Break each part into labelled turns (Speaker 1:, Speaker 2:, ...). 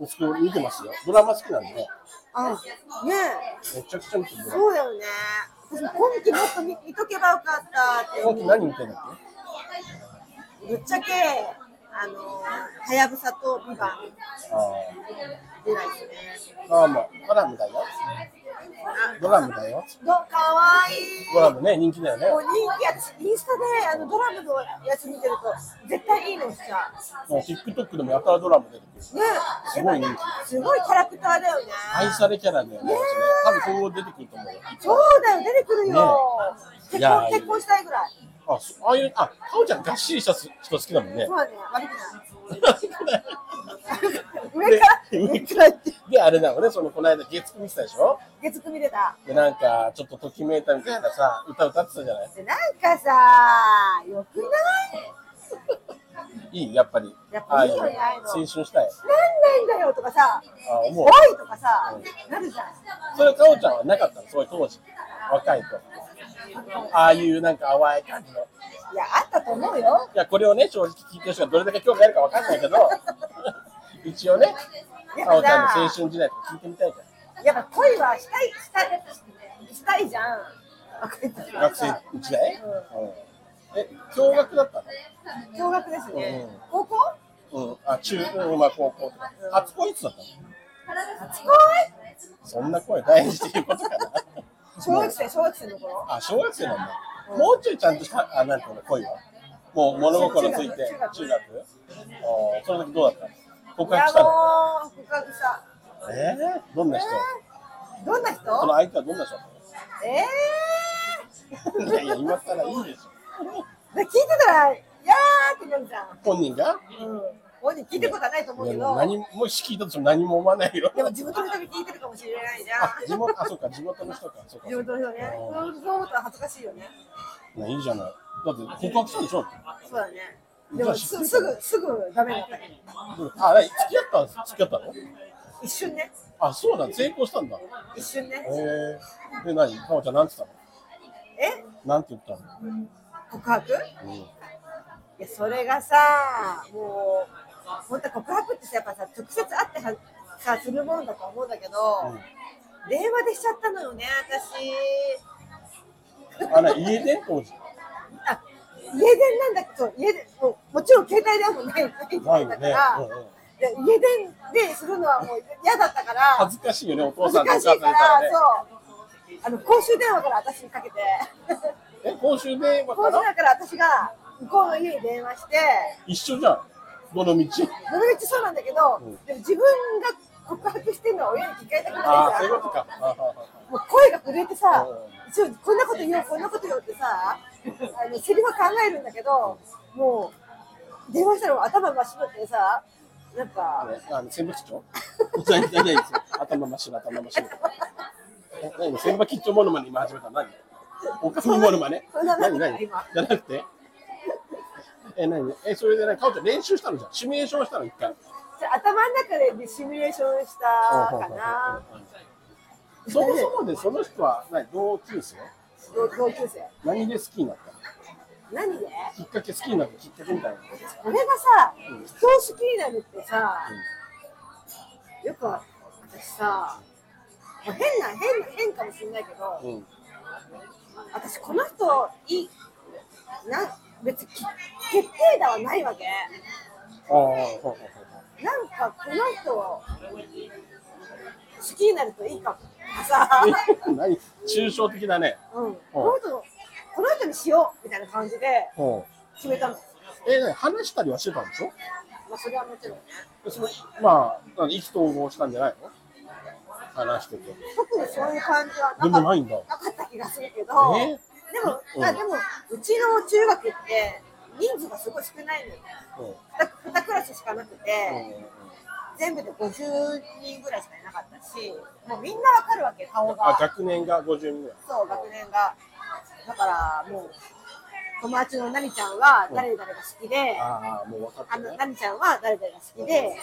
Speaker 1: 息子見てますよ。ドラマ好きなんでね。
Speaker 2: あ、ねえ、
Speaker 1: めちゃくちゃ見てる。
Speaker 2: そうだよね。私も今期もっと見見とけばよかったって
Speaker 1: 今
Speaker 2: 思
Speaker 1: 期
Speaker 2: う。
Speaker 1: 何見てるんだっ
Speaker 2: ぶっちゃけ、あの、はやぶさとビバン
Speaker 1: けあ
Speaker 2: ぐらいですね。
Speaker 1: あ。ドラマ、ドラムだよ。ドラムだよ。
Speaker 2: ど、かわいい。
Speaker 1: ドラムね、人気だよね
Speaker 2: もう。人気やつ、インスタであのドラムのやつ見てると、絶対いいのしちゃう。
Speaker 1: もう TikTok でもやたらドラム出てくる。
Speaker 2: ねえ、
Speaker 1: すごい人気。
Speaker 2: すごいキャラクターだよね。
Speaker 1: 愛されキャラだよね。多分今後出てくると思うよ。
Speaker 2: そうだよ、出てくるよ。
Speaker 1: ねえ
Speaker 2: 結
Speaker 1: いや
Speaker 2: 婚、結婚したいぐらい。
Speaker 1: あ、そああいう、あ、かおちゃんがっしりした人好きだもんね
Speaker 2: そ。うだね、悪くない。上
Speaker 1: で
Speaker 2: から、
Speaker 1: 上からってで、あれだよね、その、この間月9見てたでしょ
Speaker 2: 月組出た。
Speaker 1: で、なんか、ちょっとときめいたみたいなさ、歌歌ってたじゃない
Speaker 2: なんかさ、よくない
Speaker 1: いい、やっぱり。
Speaker 2: やっぱいいよ
Speaker 1: ああう
Speaker 2: ねああいうの
Speaker 1: 青春した
Speaker 2: なん
Speaker 1: い。
Speaker 2: ないんだよとかさ、
Speaker 1: あ思う
Speaker 2: おい。とかさ、なるじゃん。
Speaker 1: それ、かおちゃんはなかったの、そういう当時。若いと。ああいう、なんか淡い感じの。い
Speaker 2: いや、あったと思うよ。
Speaker 1: や、これをね、正直聞いてる人がどれだけ興味あるかわかんないけど、 一応ね、
Speaker 2: で
Speaker 1: かお
Speaker 2: も
Speaker 1: ちゃんの青
Speaker 2: さ、
Speaker 1: 春時代とか聞いてみたいじゃん。
Speaker 2: やっぱ恋はしたい、したい、したいじゃん。若い時は
Speaker 1: 学生
Speaker 2: さ
Speaker 1: 時代、うんえ、共学だった
Speaker 2: 小学ですね
Speaker 1: うん。
Speaker 2: 高校
Speaker 1: のうん。あ、中、うん、まあ高校とか。初恋いつだったの
Speaker 2: 初
Speaker 1: そんな声大事っていうことかな。
Speaker 2: 恋小学生、小学生の頃
Speaker 1: あ、小学生なんだ。もうちょいちゃんとした、あ、なんていうの、恋は。もう物心ついて、中
Speaker 2: 中
Speaker 1: 学
Speaker 2: 学
Speaker 1: 中学あーその時どうだった告
Speaker 2: い
Speaker 1: 白
Speaker 2: や、
Speaker 1: したの
Speaker 2: もう、告白した。
Speaker 1: えー、どんな人、
Speaker 2: どんな
Speaker 1: その
Speaker 2: 人
Speaker 1: 相手はどんな人だっ
Speaker 2: え
Speaker 1: たのいやいや、今更いいでしょ。
Speaker 2: ー、で聞いてたら、いやーってなるじゃん。
Speaker 1: 本人が
Speaker 2: うん。本人聞いたことはないと思う
Speaker 1: いや
Speaker 2: け
Speaker 1: もう
Speaker 2: ど、
Speaker 1: 何ももし聞いたとしても何も思わないよ。
Speaker 2: でも地元の人に聞いてるかもしれないじゃん
Speaker 1: あ。、地元、あ、そうか、地元の人か、そうか
Speaker 2: 地。元の人ね。そうそう思ったら恥ずかしいよね。
Speaker 1: ねいいじゃない。だって告白したんでしょ
Speaker 2: そうだね。でもすすぐ、すぐダメだったね。
Speaker 1: あ、何付き合ったんです付き合ったの
Speaker 2: 一瞬ね。
Speaker 1: あ、そうなん成功したんだ。へ
Speaker 2: 一瞬ね。
Speaker 1: えで、何かおちゃん、なんて言っ
Speaker 2: え
Speaker 1: たのなんて言った
Speaker 2: 告白い
Speaker 1: のうん。
Speaker 2: や、それがさ、もう、本当は告白ってさ、やっぱさ、直接会ってはさ、するもんだと思うんだけど、電話でしちゃったのよね、私。
Speaker 1: あれ、家電当時。
Speaker 2: あ家電なんだけど、家電もうもちろん携帯電話もない
Speaker 1: な
Speaker 2: な
Speaker 1: い
Speaker 2: い
Speaker 1: よ
Speaker 2: だか
Speaker 1: ね
Speaker 2: ら、。
Speaker 1: うんうん
Speaker 2: で家電でするのはもう嫌だったから、
Speaker 1: 恥ずかしいよね、お父
Speaker 2: 恥
Speaker 1: さ
Speaker 2: ず
Speaker 1: んとお
Speaker 2: かしいから、
Speaker 1: 母さんに言ったらね。
Speaker 2: そう、あの公衆電話から私にか けて、
Speaker 1: え、公衆電話
Speaker 2: 公
Speaker 1: か
Speaker 2: 衆電
Speaker 1: ら
Speaker 2: 話から私が向こうの家に電話して、
Speaker 1: 一緒じゃん。ど
Speaker 2: ど
Speaker 1: の道。
Speaker 2: のみちそうなんだけど、
Speaker 1: うん
Speaker 2: でも自分が告白してるのは親に聞かれたくないじ
Speaker 1: ああ、そういう
Speaker 2: ゃ
Speaker 1: ことか。あああ
Speaker 2: ん、もう声が震えてさ
Speaker 1: うん、
Speaker 2: 一応こんなこと言おう、こんなこと言おうってさ、あのセリフは考えるんだけど、もう電話したら頭真っ白ってさ、なん
Speaker 1: ああ
Speaker 2: か、
Speaker 1: れあの、千葉 吉兆じゃないじゃないですよ。頭真っ白、頭真っ白。え何千葉吉兆モノマネ今始めたの何お母さんモノマネ
Speaker 2: そんな
Speaker 1: 何
Speaker 2: そんな
Speaker 1: 何じ
Speaker 2: 今
Speaker 1: ゃなくてえ、何え、それでね、かおちゃん練習したのじゃん。シミュレーションしたの一回。
Speaker 2: 頭の中でシミュレーションしたかな、
Speaker 1: そもそもで、その人は何同級生
Speaker 2: 同同級生。
Speaker 1: 何で好きになったの
Speaker 2: 何で
Speaker 1: きっかけ好きになったきっかけみたいなの
Speaker 2: これがさ、人を好きになるってさ、よく私さ、まあ変な、変な、変かもしれないけど、
Speaker 1: うん、
Speaker 2: 私この人、いい、な、別にき決定打はないわけ。
Speaker 1: ああ、ほうほうほう
Speaker 2: なんかこの人を好きになるといいかも。さ、
Speaker 1: ほう。何抽象的だね。
Speaker 2: うん、この人、この人にしようみたいな感じで
Speaker 1: ほ
Speaker 2: 決めたの。
Speaker 1: うえ、何話したりはしてたんでしょ
Speaker 2: まあそれはもちろんね。
Speaker 1: でそのまあ、なんで意気投合したんじゃないの話してて。
Speaker 2: 特にそういう感じはなか
Speaker 1: で
Speaker 2: っ
Speaker 1: も
Speaker 2: た
Speaker 1: ないんだ。
Speaker 2: なかった気がするけど、
Speaker 1: え
Speaker 2: でも、
Speaker 1: うん
Speaker 2: あでもうちの中学って人数がすごい少ないのよ
Speaker 1: うん。
Speaker 2: 2, クラスしかなくて、
Speaker 1: うんうんうん
Speaker 2: 全部で50人ぐらいしかいなかったしもうみんなわかるわけ顔
Speaker 1: あ、
Speaker 2: が
Speaker 1: 学年が50人ぐらい。
Speaker 2: そう学年がだからもう友達の何ちゃんは誰々が好きで、
Speaker 1: ああ、もう分かっ
Speaker 2: あ
Speaker 1: た
Speaker 2: の
Speaker 1: ね。
Speaker 2: 何ちゃんは誰々が好きで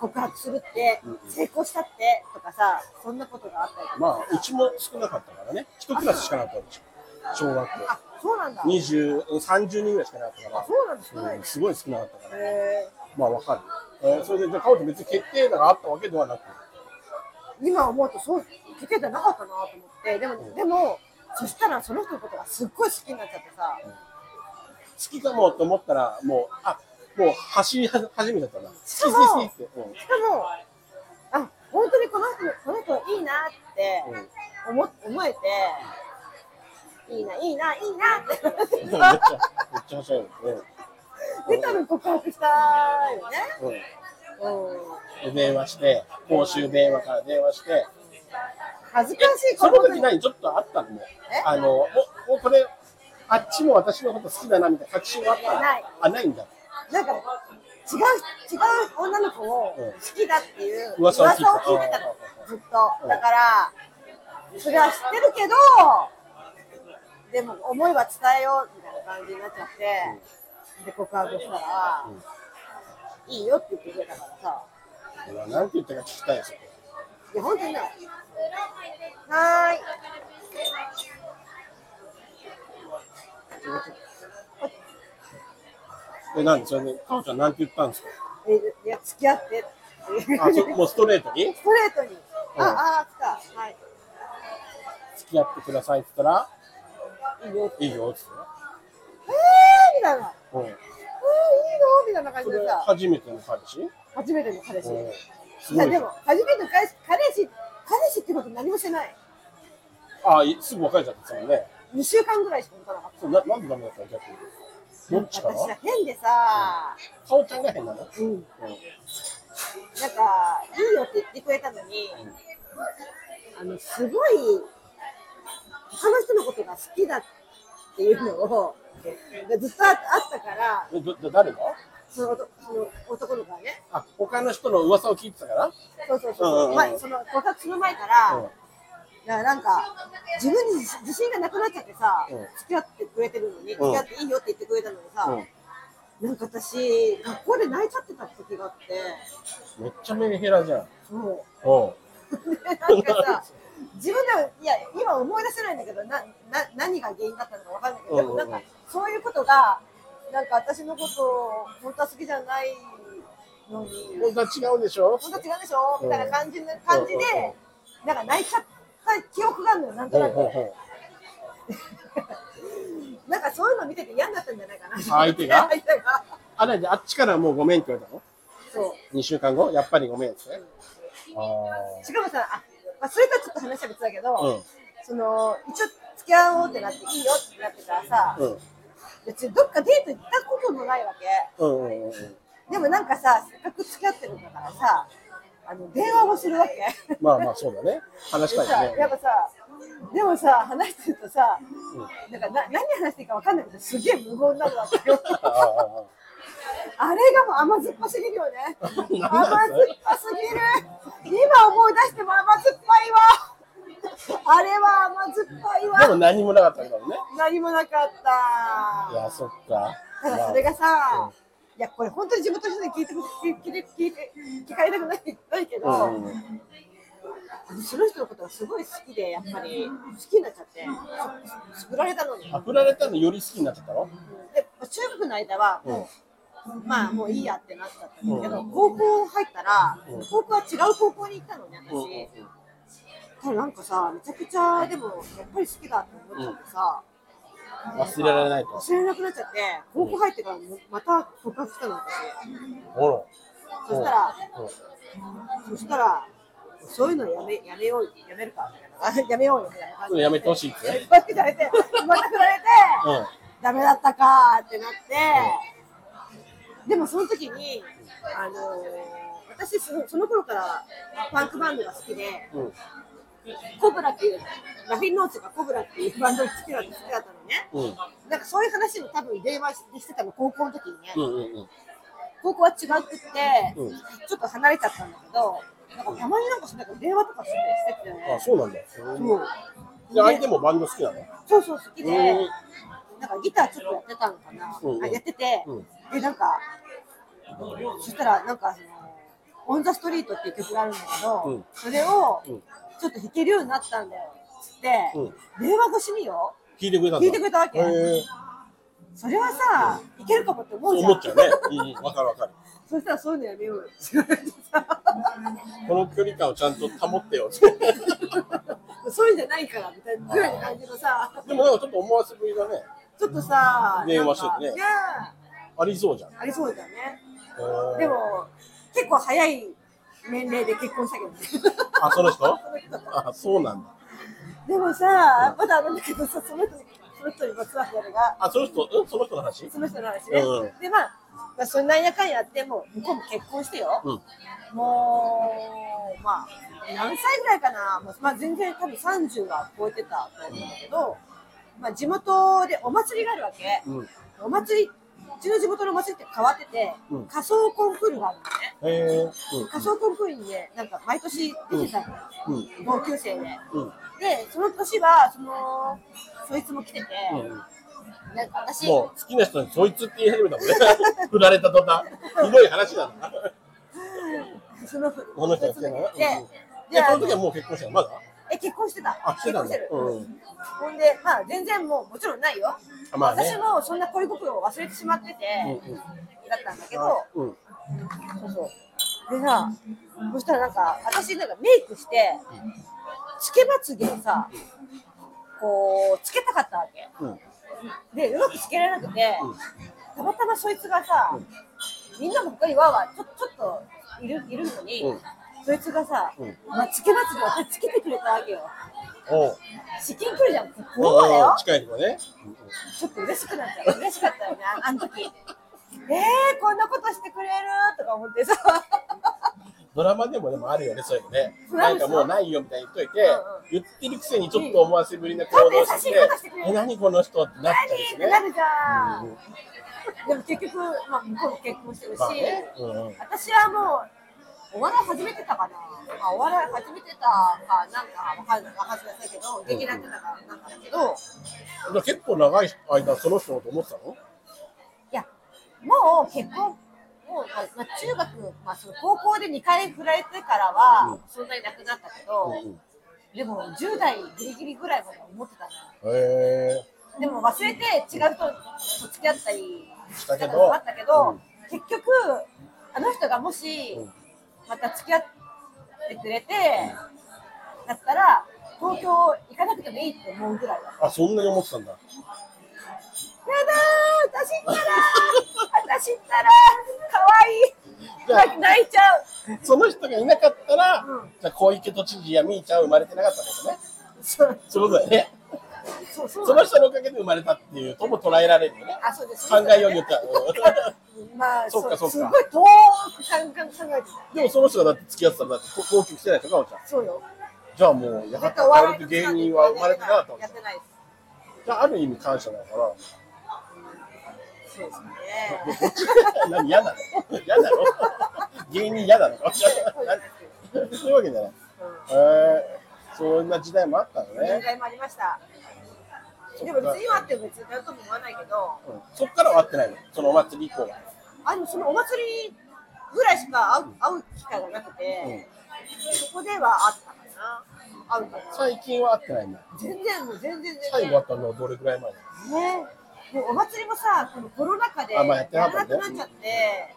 Speaker 2: 告白するって成功したってとかさそんなことがあったりとか
Speaker 1: まあ、うちも少なかったからね。一クラスしかなかったんでしょ。小学校。
Speaker 2: あそうなんだ
Speaker 1: 20、30人ぐらいしかなかったから。
Speaker 2: そうなんです少ない
Speaker 1: うん
Speaker 2: ね
Speaker 1: すごい少なかったから。
Speaker 2: へえ
Speaker 1: まあ、わかる。えーそれで、じゃあ彼女別に決定打があったわけではなく。
Speaker 2: 今思うとそう聞けてなかったなと思ってでも、でもそしたらその人のことがすっごい好きになっちゃってさ、
Speaker 1: 好きかもと思ったら、もう、あ、もう走り始めちゃったな。好き
Speaker 2: そう
Speaker 1: 好き好きって。うん
Speaker 2: しかもあ本当にこの人この人いいなって
Speaker 1: うん
Speaker 2: 思,、思えていいないいないいなってなって
Speaker 1: めっちゃ、めっちゃはしゃい
Speaker 2: で多分告白したよね、
Speaker 1: うんうん
Speaker 2: うん、
Speaker 1: で電話して、公衆電話から電話して、
Speaker 2: 恥ずかしい
Speaker 1: その
Speaker 2: こと
Speaker 1: 時
Speaker 2: に
Speaker 1: 何ちょっとあったのもう
Speaker 2: え
Speaker 1: あの、お、お、これ、あっちも私のこと好きだなみたいな確信があった
Speaker 2: ない
Speaker 1: あ、ないんだ。
Speaker 2: なんか違う違う女の子を好きだっていう噂
Speaker 1: 噂
Speaker 2: を
Speaker 1: を
Speaker 2: 聞
Speaker 1: 聞
Speaker 2: い
Speaker 1: い
Speaker 2: て
Speaker 1: て
Speaker 2: た
Speaker 1: た
Speaker 2: のずっとだからそれは知ってるけどでも思いは伝えようみたいな感じになっちゃってで告白したら
Speaker 1: うん
Speaker 2: いいよって言ってくれたからさ
Speaker 1: うわなんて言ったか聞きたいですよ。
Speaker 2: いや本当にねはーい
Speaker 1: え、なんで、それで、かおちゃんなんて言ったんですか
Speaker 2: えいや付き合ってっていう
Speaker 1: あ、そもうストレートに
Speaker 2: ストレートにああ来たはい
Speaker 1: 付き合ってくださいって言ったら、
Speaker 2: いいよ
Speaker 1: いいよって
Speaker 2: えーみたいな
Speaker 1: 言って。うん。
Speaker 2: えー、いいのみたいな感
Speaker 1: そ
Speaker 2: じで
Speaker 1: れ
Speaker 2: さ、
Speaker 1: 初めての彼氏
Speaker 2: 初めての彼氏。
Speaker 1: うんす
Speaker 2: い
Speaker 1: ご
Speaker 2: や、
Speaker 1: い
Speaker 2: で。も、初めての彼氏、彼氏、彼氏ってこと何もしてない。
Speaker 1: あ、いすぐ別れちゃったんですもんね。
Speaker 2: 2週間ぐらいしか持たなかっ
Speaker 1: そうななんでダメだったの逆に。どっち
Speaker 2: た。
Speaker 1: か
Speaker 2: 私は
Speaker 1: な
Speaker 2: 変でさ、
Speaker 1: かおちゃんが変なの
Speaker 2: うん、なんか、
Speaker 1: うん。
Speaker 2: いいよって言ってくれたのに、あの、すごい、他の人のことが好きだっていうのを、ずっとあったから、
Speaker 1: え、ど、ど誰が
Speaker 2: その男その男の子がね、
Speaker 1: あ、他の人の噂を聞いてたから
Speaker 2: そうそう
Speaker 1: うん
Speaker 2: そうう、
Speaker 1: んうん
Speaker 2: 前その告白する前から、
Speaker 1: うん
Speaker 2: だからなんか自分に自自信がなくなっちゃってさ、
Speaker 1: うん
Speaker 2: 付き合ってくれてるのに付
Speaker 1: うん
Speaker 2: き合っていいよって言ってくれたのにさ、
Speaker 1: う
Speaker 2: なんか私学校で泣いちゃってた時があって
Speaker 1: ん。めっちゃメンヘラじゃん。
Speaker 2: そ
Speaker 1: うん。
Speaker 2: うでなんかさ自分ではいや今思い出せないんだけどなな何が原因だったのかわかんないけど、
Speaker 1: うんうんうん
Speaker 2: でもなんかそういうことがなんか私のことを本当は好きじゃないのに
Speaker 1: 本当は違うでしょ
Speaker 2: 本当は違うでしょみたいな感じな
Speaker 1: うん
Speaker 2: 感じで、なんか泣いちゃった記憶があるのよなんとなく。なんかそういうの見てて嫌になったんじゃないかな。
Speaker 1: 相手 が
Speaker 2: 相手が。
Speaker 1: あれであっちからもうごめんって言われたの
Speaker 2: そ
Speaker 1: ?2 週間後やっぱりごめんって。あ
Speaker 2: う。しかもさ、あ、まあ、それとはちょっと話は別だけど、
Speaker 1: あ。うん。
Speaker 2: その、一応付き合おうってなっていいよってなってからさ、
Speaker 1: うん。
Speaker 2: 別にどっかデート行ったこともないわけ。
Speaker 1: うんうんうんうん。
Speaker 2: でもなんかさ、せっかく付き合ってるんだからさ、あの、電話もするわけ。
Speaker 1: まあまあそうだね。話し
Speaker 2: でさ
Speaker 1: たい よ
Speaker 2: やっ
Speaker 1: ね。
Speaker 2: ぱさ、でもさ、話してるとさ、
Speaker 1: うん
Speaker 2: なんかな何話していいかわかんないけど、すげえ無言になるわけ。
Speaker 1: ああああ
Speaker 2: あれがもう甘酸っぱすぎるよね。甘酸っ
Speaker 1: なんだそれ
Speaker 2: ぱすぎる。今思い出しても甘酸っぱいわ。あれは甘酸っぱい
Speaker 1: ああでも
Speaker 2: わ。
Speaker 1: 何もなかったんだもんね。
Speaker 2: 何もなかった。
Speaker 1: いや、そっか。
Speaker 2: ただそれがさ、いやこれ本当に地元の人に聞いてほしい聞いて聞いて聞かれたくないないけ
Speaker 1: まあうん
Speaker 2: ど、その人のことがすごい好きでやっぱり好きになっちゃって、そ作られたのに。
Speaker 1: あ振られたのより好きになっちゃったの
Speaker 2: で中学の間は
Speaker 1: うん。
Speaker 2: まあもういいやってなっちゃったんだけど、高校入ったら、
Speaker 1: うん
Speaker 2: 高校は違う高校に行ったのね、
Speaker 1: うんうん
Speaker 2: 私。ただなんかさ、めちゃくちゃ、でもやっぱり好きだって思っちゃってさ、
Speaker 1: 忘れられないと。
Speaker 2: 忘れなくなっちゃって、高校入ってからもまた告白したの、私。
Speaker 1: ほ
Speaker 2: そしたら、
Speaker 1: ら。うん
Speaker 2: そしたら、そういうのやめやめよう、やめるか、みたいな やめようよ、みたいな感じで。
Speaker 1: やめてほし いってね
Speaker 2: いっぱい振られて、また振られて、
Speaker 1: うん。
Speaker 2: ダメだったかーってなって、でもその時に、あのー私そのその頃からパンクバンドが好きで、
Speaker 1: うん。
Speaker 2: コブラっていう、ラフィンノーツがコブラっていうバンドが好きだ好きだったのね。
Speaker 1: うん。
Speaker 2: なんかそういう話も多分電話してたの、高校の時にね。
Speaker 1: うんうんうん。
Speaker 2: 高校は違くって、
Speaker 1: うん
Speaker 2: ちょっと離れちゃったんだけど、なんかたまになんかなんか電話とかしてしててね。
Speaker 1: あ、そうなんだ。
Speaker 2: そ
Speaker 1: うん
Speaker 2: う
Speaker 1: で、相手もバンド好きなの
Speaker 2: そうそう好きで、
Speaker 1: うん
Speaker 2: なんかギターちょっとやってたのかな、
Speaker 1: うんうん
Speaker 2: あやってて、
Speaker 1: うん
Speaker 2: でなんかそしたらなんかその「オン・ザ・ストリート」っていう曲があるんだけど、
Speaker 1: うん
Speaker 2: それを
Speaker 1: うん
Speaker 2: ちょっと弾けるようになったんだよっつって、
Speaker 1: うん
Speaker 2: 電話越しによ
Speaker 1: 聞いてくれたんだ。
Speaker 2: 聞いてくれたわけ
Speaker 1: へえ
Speaker 2: そそれはさ、いけるかもって思うじゃん。
Speaker 1: 思っちゃうね。うんうん、わかるわかる。
Speaker 2: そしたらそういうのやめようよ。
Speaker 1: この距離感をちゃんと保ってよ。
Speaker 2: そういうんじゃないからみたいなぐらいの感じのさ、
Speaker 1: でもなんかちょっと思わせぶりだね。
Speaker 2: ちょっとさ、
Speaker 1: 電話してて
Speaker 2: なん
Speaker 1: ね
Speaker 2: か
Speaker 1: ありそうじゃん。
Speaker 2: ありそうだよね。
Speaker 1: で
Speaker 2: で、も、結構早い年齢で結婚したけどね。
Speaker 1: あ、その人あ、そうなんだ。
Speaker 2: でもさ、まだあるんだけどさ、その人、その人にまつわるのが、
Speaker 1: あ、その人、うん、その人の話
Speaker 2: その人の話ね。
Speaker 1: うん
Speaker 2: で、まあ、まあ、そんなんやかんやっても、向こうも結婚してよ。
Speaker 1: うん。
Speaker 2: もう、まあ、何歳ぐらいかな、もうまあ、全然多分30は超えてたと思うんだけど、まあ、地元でお祭りがあるわけ。
Speaker 1: うん。へ
Speaker 2: お祭り、うちの地元のお祭りって変わってて、
Speaker 1: うん
Speaker 2: 仮装コンクールがあるのね。
Speaker 1: え。うん
Speaker 2: 仮装コンクールにね、なんか毎年出てたの、
Speaker 1: うん。
Speaker 2: 同級生で。
Speaker 1: うん。
Speaker 2: で、その年は、その、そいつも来てて、
Speaker 1: うん。
Speaker 2: なんか私、
Speaker 1: もう好きな人にそいつって言い始めたもんね。 振られた途端。ひどい話だな。
Speaker 2: その、
Speaker 1: この人が好きなの
Speaker 2: そいつも来て、
Speaker 1: うん。
Speaker 2: で
Speaker 1: で、その時はもう結婚したのまだ
Speaker 2: え、結婚してた。
Speaker 1: あ、してたんだ
Speaker 2: 結。婚
Speaker 1: う
Speaker 2: してる。
Speaker 1: ん。
Speaker 2: ほんで、まあ、全然もう、もちろんないよ。
Speaker 1: あまあね
Speaker 2: 私もそんな恋心を忘れてしまってて、
Speaker 1: う
Speaker 2: だったんだけど、
Speaker 1: ん。うん。
Speaker 2: そうそう。でさ、そしたらなんか、私なんかメイクして、つけまつげをさ、こう、つけたかったわけ。
Speaker 1: うん。
Speaker 2: で、うまくつけられなくて、
Speaker 1: うん
Speaker 2: たまたまそいつがさ、みんなも他にわーわーちょちょっといるいるのに、
Speaker 1: うん
Speaker 2: そいつがさ、
Speaker 1: うん
Speaker 2: まあ、つけまつげをつけてくれたわけよ。
Speaker 1: おう。
Speaker 2: 至近距離じゃん、ここだ
Speaker 1: お
Speaker 2: よ
Speaker 1: う。近いとこね。
Speaker 2: ちょっと嬉しくなっちゃう。嬉しかったよね、ああの時。えー、こんなことしてくれるとか思ってさ。
Speaker 1: ドラマでもでもあるよね、そういうのね。
Speaker 2: そうな
Speaker 1: なんん
Speaker 2: です
Speaker 1: か
Speaker 2: よ
Speaker 1: もうないよみたいに言っといて、
Speaker 2: うんうん
Speaker 1: 言ってるくせにちょっと思わせぶりな行動して、
Speaker 2: うんだって優しいことしてくれる
Speaker 1: え、何この人ってなっちゃうん
Speaker 2: 何って
Speaker 1: ですね
Speaker 2: な。るじゃん。でも結局、まあ、向こうも結婚してるし、
Speaker 1: まあね。うんうん。
Speaker 2: 私はもう、お笑い始めてたかな。あ、お笑い始めてたか、なんかわかんない、わかんないけど、劇団ってたからなんかだけど、
Speaker 1: で結構長い間、その人のこと思ってたの
Speaker 2: いや、もう結婚、もう、まあまあ、中学、まあ、その高校で2回振られてからは、そんなになくなったけど、でも10代ギリギリぐらいまで思ってたの。
Speaker 1: へえ。
Speaker 2: でも忘れて違う人と付き合ったり
Speaker 1: したけど
Speaker 2: のもあったけど、
Speaker 1: うん
Speaker 2: 結局あの人がもし
Speaker 1: うん
Speaker 2: また付き合ってくれて、だったら東京行かなくてもいいって思うぐらいだ。
Speaker 1: あ、そんなに思ってたんだ。
Speaker 2: やだー、私ったら、私ったら、
Speaker 1: じ
Speaker 2: 可
Speaker 1: ゃあ
Speaker 2: 愛いい。泣いちゃう。
Speaker 1: その人がいなかったら、
Speaker 2: うん
Speaker 1: じゃあ小池都知事やみーちゃんは生まれてなかったことね。
Speaker 2: そう、
Speaker 1: そういうことだよね。
Speaker 2: そう、そう
Speaker 1: その人のおかげで生まれたっていうとも捉えられるよね。
Speaker 2: あ、そうです。
Speaker 1: 考えようによ っては。うん
Speaker 2: まあ、
Speaker 1: そっか
Speaker 2: そう
Speaker 1: そっか
Speaker 2: すごい遠く考え考えて
Speaker 1: でもその人がだって付き合ってたらだって高級してないとかおちゃん。
Speaker 2: た。そうよ。
Speaker 1: じゃあもう、や
Speaker 2: 絶
Speaker 1: が
Speaker 2: 対
Speaker 1: て
Speaker 2: お
Speaker 1: 働
Speaker 2: 笑い
Speaker 1: く
Speaker 2: の
Speaker 1: 芸人は生まれてなかったわけ
Speaker 2: やってないです。
Speaker 1: じゃあある意味感謝だから。
Speaker 2: そうですね。
Speaker 1: 何嫌なの嫌なの芸人嫌なのかそういうわけじゃない。へえそんな時代もあったの
Speaker 2: 問
Speaker 1: ね。
Speaker 2: 題もありました。でも別に今って別に何とも思わないけど、
Speaker 1: うんそっからは会ってないのそのお祭り以降は。
Speaker 2: あのそのお祭りぐらいしか会う会う機会がなくて、そこではあったかな。会うかな。
Speaker 1: 最近は会ってないの。
Speaker 2: 全然もう全然全
Speaker 1: 最
Speaker 2: 然。
Speaker 1: 後会ったのはどれくらい前なの
Speaker 2: ね。もうお祭りもさ、このコロナ禍でや
Speaker 1: あ
Speaker 2: ら
Speaker 1: まあやってなか
Speaker 2: な
Speaker 1: っ
Speaker 2: く
Speaker 1: た
Speaker 2: な
Speaker 1: ね
Speaker 2: っちゃって、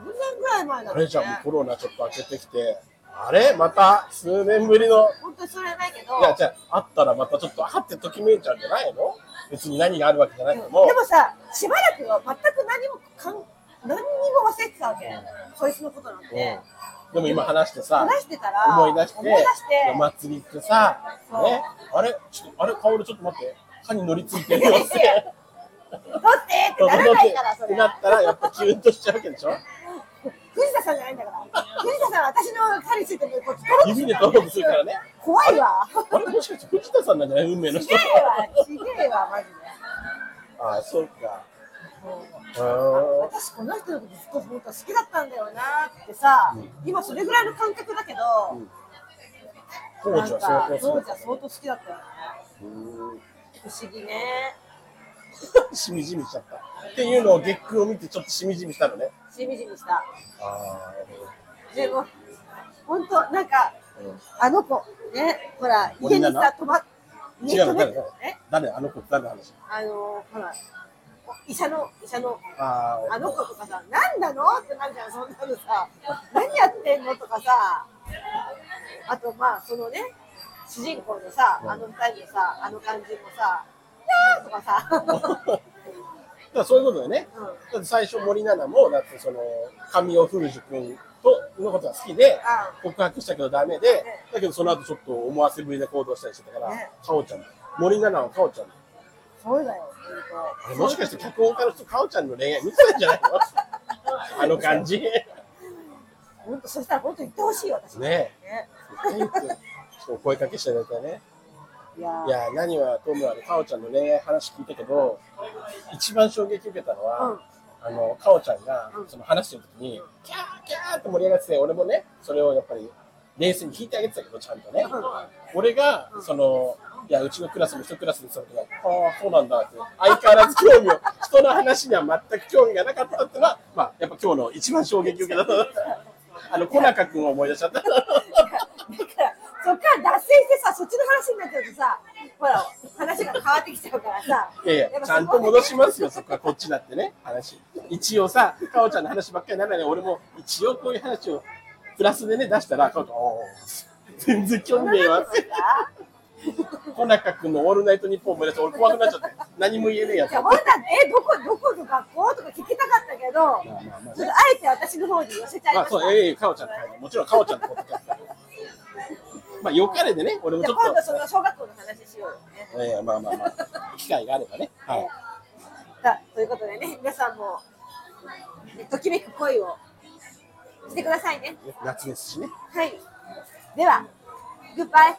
Speaker 2: 2年ぐらい前だ
Speaker 1: あ
Speaker 2: もん
Speaker 1: れ
Speaker 2: ね。
Speaker 1: じゃん、もうコロナちょっと明けてきて、あれまた数年ぶりの。
Speaker 2: 本当にそれはないけど。
Speaker 1: いや、じゃあ、会ったらまたちょっと、はってときめいちゃうんじゃないの別に何があるわけじゃないけ
Speaker 2: で
Speaker 1: ど
Speaker 2: も
Speaker 1: も。
Speaker 2: さ、しばらくは全く何もかん何にも忘れてたわけ、そいつのことなん
Speaker 1: うん
Speaker 2: て。
Speaker 1: でも今話してさ、
Speaker 2: 話してたら、
Speaker 1: 思い出して、
Speaker 2: 思い出して
Speaker 1: お祭りってさ、
Speaker 2: そう
Speaker 1: ね、あれちょっと、あれ、薫ちょっと待って、歯に乗りついてるよって。
Speaker 2: 取ってってならない から、そ
Speaker 1: っ
Speaker 2: れ
Speaker 1: て。なったら、やっぱキュンとしちゃうわけでしょ
Speaker 2: 藤田さんじゃないんだから。藤田さんは私の彼についてもこう、
Speaker 1: 指で取ろうとするからね。
Speaker 2: 怖いわ。
Speaker 1: あれ、もしかして藤田さんなんじゃない運命の
Speaker 2: ひ
Speaker 1: 人
Speaker 2: で。えわ、ひでえわ、マジで。
Speaker 1: ああ、そうか。
Speaker 2: もう
Speaker 1: うーん
Speaker 2: 私この人のことずっと本当好きだったんだよなってさ、今それぐらいの感覚だけど、
Speaker 1: 当
Speaker 2: なん
Speaker 1: 時
Speaker 2: か
Speaker 1: は
Speaker 2: 当
Speaker 1: 相当そう
Speaker 2: 時は相当好きだったよね。
Speaker 1: う
Speaker 2: 不思議ね。
Speaker 1: ーん。 しみじみしちゃった。っていうのを月空を見て、ちょっとしみじみしたのね。
Speaker 2: しみじみした。
Speaker 1: あ
Speaker 2: でも、本当なんか、
Speaker 1: あ、うん
Speaker 2: あの子、ね、ほら、
Speaker 1: 森
Speaker 2: 家に
Speaker 1: 七
Speaker 2: さ、泊まっ、
Speaker 1: 違う
Speaker 2: ね
Speaker 1: の、誰
Speaker 2: え
Speaker 1: 誰あの子、誰の話
Speaker 2: あの、ほら、医者の医者の
Speaker 1: あ
Speaker 2: あの子とかさ、なんなのってなるじゃん、そんなのさ、何やってんのとかさ、あとまあ、そのね、主人公のさ、あの二人のさ、あの感じもさ、キャーとか さ、
Speaker 1: あ。だからそういうことだよね。
Speaker 2: うん
Speaker 1: だって最初森七菜もだってその神尾楓珠君とのことが好きで
Speaker 2: あ
Speaker 1: 告白したけどダメで、だけどその後ちょっと思わせぶりで行動したりしてたから、
Speaker 2: ね
Speaker 1: かおちゃん森七菜はかおちゃんあ
Speaker 2: そうだよ、
Speaker 1: れもしかして脚本家の人かおちゃんの 恋愛見てたんじゃないのあの感じね
Speaker 2: 本当、そしたら本当言ってほしいよ、私。ね
Speaker 1: え絶対言ってちょっとお声かけしていただいたね
Speaker 2: いやー
Speaker 1: いやー何はともあれかおちゃんの恋愛話聞いたけど一番衝撃受けたのは、
Speaker 2: うん
Speaker 1: あのかおちゃんが
Speaker 2: うん
Speaker 1: その話してる時に、キャーキャーって盛り上がってて俺もねそれをやっぱり冷静に聞いてあげてたけどちゃんとね、
Speaker 2: うん
Speaker 1: 俺がそのいやうちのクラスも一クラスでその時はああそうなんだって相変わらず興味 を人の話には全く興味がなかったってのはまあやっぱ今日の一番衝撃受けた あの小中君を思い出しちゃった
Speaker 2: だからそっから脱線してさ、そっちの話になっちゃうとさ、ほら、話が変わってきちゃうからさ、
Speaker 1: いやいや、ちゃんと戻しますよ、そこはこっちだってね、話。一応さ、かおちゃんの話ばっかりならない俺も一応こういう話をプラスでね、出したら、かおちゃん、おー全然興味ねえわって。小中君のオールナイトニッポンもやって、俺怖くなっちゃって、何も言えねえやつ
Speaker 2: い。や、ほんだって、え、どこ、どこの学校とか聞きたかったけど、
Speaker 1: まあまあまあ
Speaker 2: ちょっとあえて私の方に寄せちゃい
Speaker 1: ま
Speaker 2: ま
Speaker 1: あ、
Speaker 2: した。
Speaker 1: そう、ええかおちゃんの会もちろんかおちゃんのことだから。まあ、よかれでね、俺も
Speaker 2: じ
Speaker 1: ち
Speaker 2: ゃ
Speaker 1: ょ
Speaker 2: あ
Speaker 1: っ
Speaker 2: 今度そ
Speaker 1: と
Speaker 2: の小学校の話しようよね。。
Speaker 1: ええまあまあまあ、機会があればね。はい。
Speaker 2: だということでね、皆さんも、ねときめく恋をしてくださいね。
Speaker 1: 夏ですしね。
Speaker 2: はい。では、グッバイ。